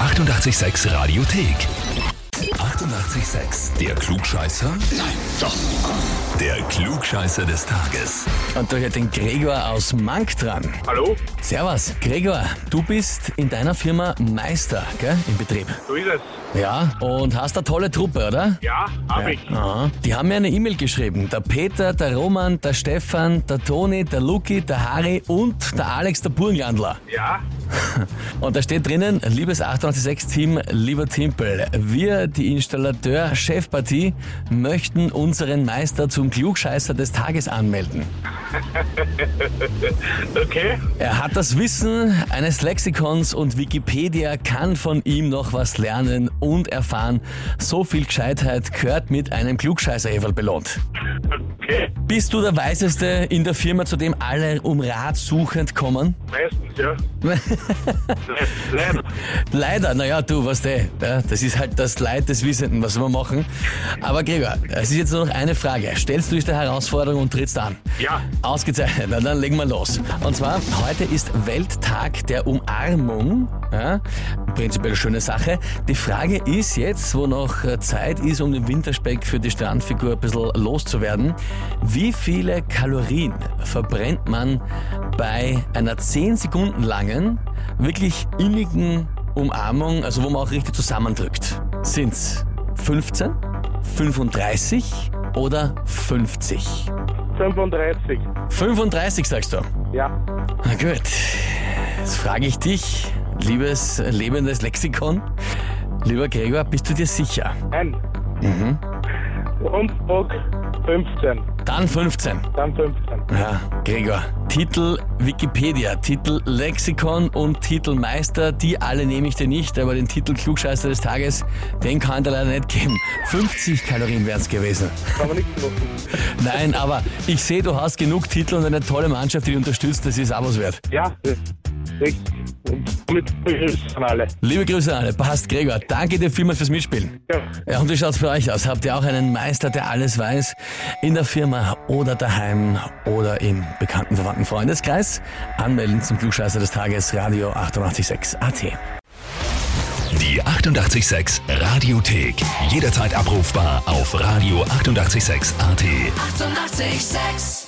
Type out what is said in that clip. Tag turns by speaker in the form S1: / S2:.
S1: 886 Radiothek. 88,6. Der Klugscheißer? Nein, doch. Der Klugscheißer des Tages.
S2: Und da hört den Gregor aus Mank dran.
S3: Hallo,
S2: Servus, Gregor, du bist in deiner Firma Meister, gell, im Betrieb.
S3: so ist es.
S2: Ja, und hast eine tolle Truppe, oder?
S3: Ja, hab ich.
S2: Aha. Die haben mir eine E-Mail geschrieben. Der Peter, der Roman, der Stefan, der Toni, der Luki, der Harry und der Alex, der Burgenlandler.
S3: Ja,
S2: Und da steht drinnen, liebes 886-Team, lieber Timpel, wir, die Installateur-Chefpartie, möchten unseren Meister zum Klugscheißer des Tages anmelden.
S3: okay.
S2: Er hat das Wissen eines Lexikons und Wikipedia kann von ihm noch was lernen und erfahren. So viel Gescheitheit gehört mit einem klugscheißer belohnt.
S3: Okay,
S2: Bist du der Weiseste in der Firma, zu dem alle um Rat suchend kommen?
S3: meistens, ja. Le- Leider.
S2: Leider, naja, du, was der, ja, das ist halt das Leid des Wissenden, was wir machen. Aber Gregor, es ist jetzt nur noch eine Frage. Stellst du dich der Herausforderung und trittst an?
S3: Ja.
S2: Ausgezeichnet, na dann legen wir los. Und zwar, heute ist Welttag der Umarmung. Ja, prinzipiell schöne Sache. Die Frage ist jetzt, wo noch äh, Zeit ist, um den Winterspeck für die Strandfigur ein bisschen loszuwerden. Wie viele Kalorien verbrennt man bei einer 10 Sekunden langen, wirklich innigen Umarmung, also wo man auch richtig zusammendrückt? Sind's 15, 35 oder 50?
S3: 35.
S2: 35 sagst du.
S3: Ja.
S2: Na gut, jetzt frage ich dich, liebes äh, lebendes Lexikon. Lieber Gregor, bist du dir sicher?
S3: Ein. Und Bock 15.
S2: Dann 15.
S3: Dann 15.
S2: Ja, Gregor. Titel Wikipedia, Titel Lexikon und Titel Meister, die alle nehme ich dir nicht, aber den Titel Klugscheißer des Tages, den kann ich dir leider nicht geben. 50 Kalorien wären es gewesen.
S3: Kann man nichts machen.
S2: Nein, aber ich sehe, du hast genug Titel und eine tolle Mannschaft, die dich unterstützt, das ist auch was wert.
S3: Ja, das ist richtig. Und mit begrüßen alle.
S2: Liebe Grüße an alle, passt Gregor, danke dir vielmals fürs Mitspielen.
S3: Ja.
S2: Ja, und wie schaut's bei euch aus? Habt ihr auch einen Meister, der alles weiß? In der Firma oder daheim oder im bekannten verwandten Freundeskreis? Anmelden zum Klugscheißer des Tages, Radio 886 AT.
S1: Die 88,6 Radiothek. Jederzeit abrufbar auf radio886.at. 88,6.
S4: Eighty-eight, sex.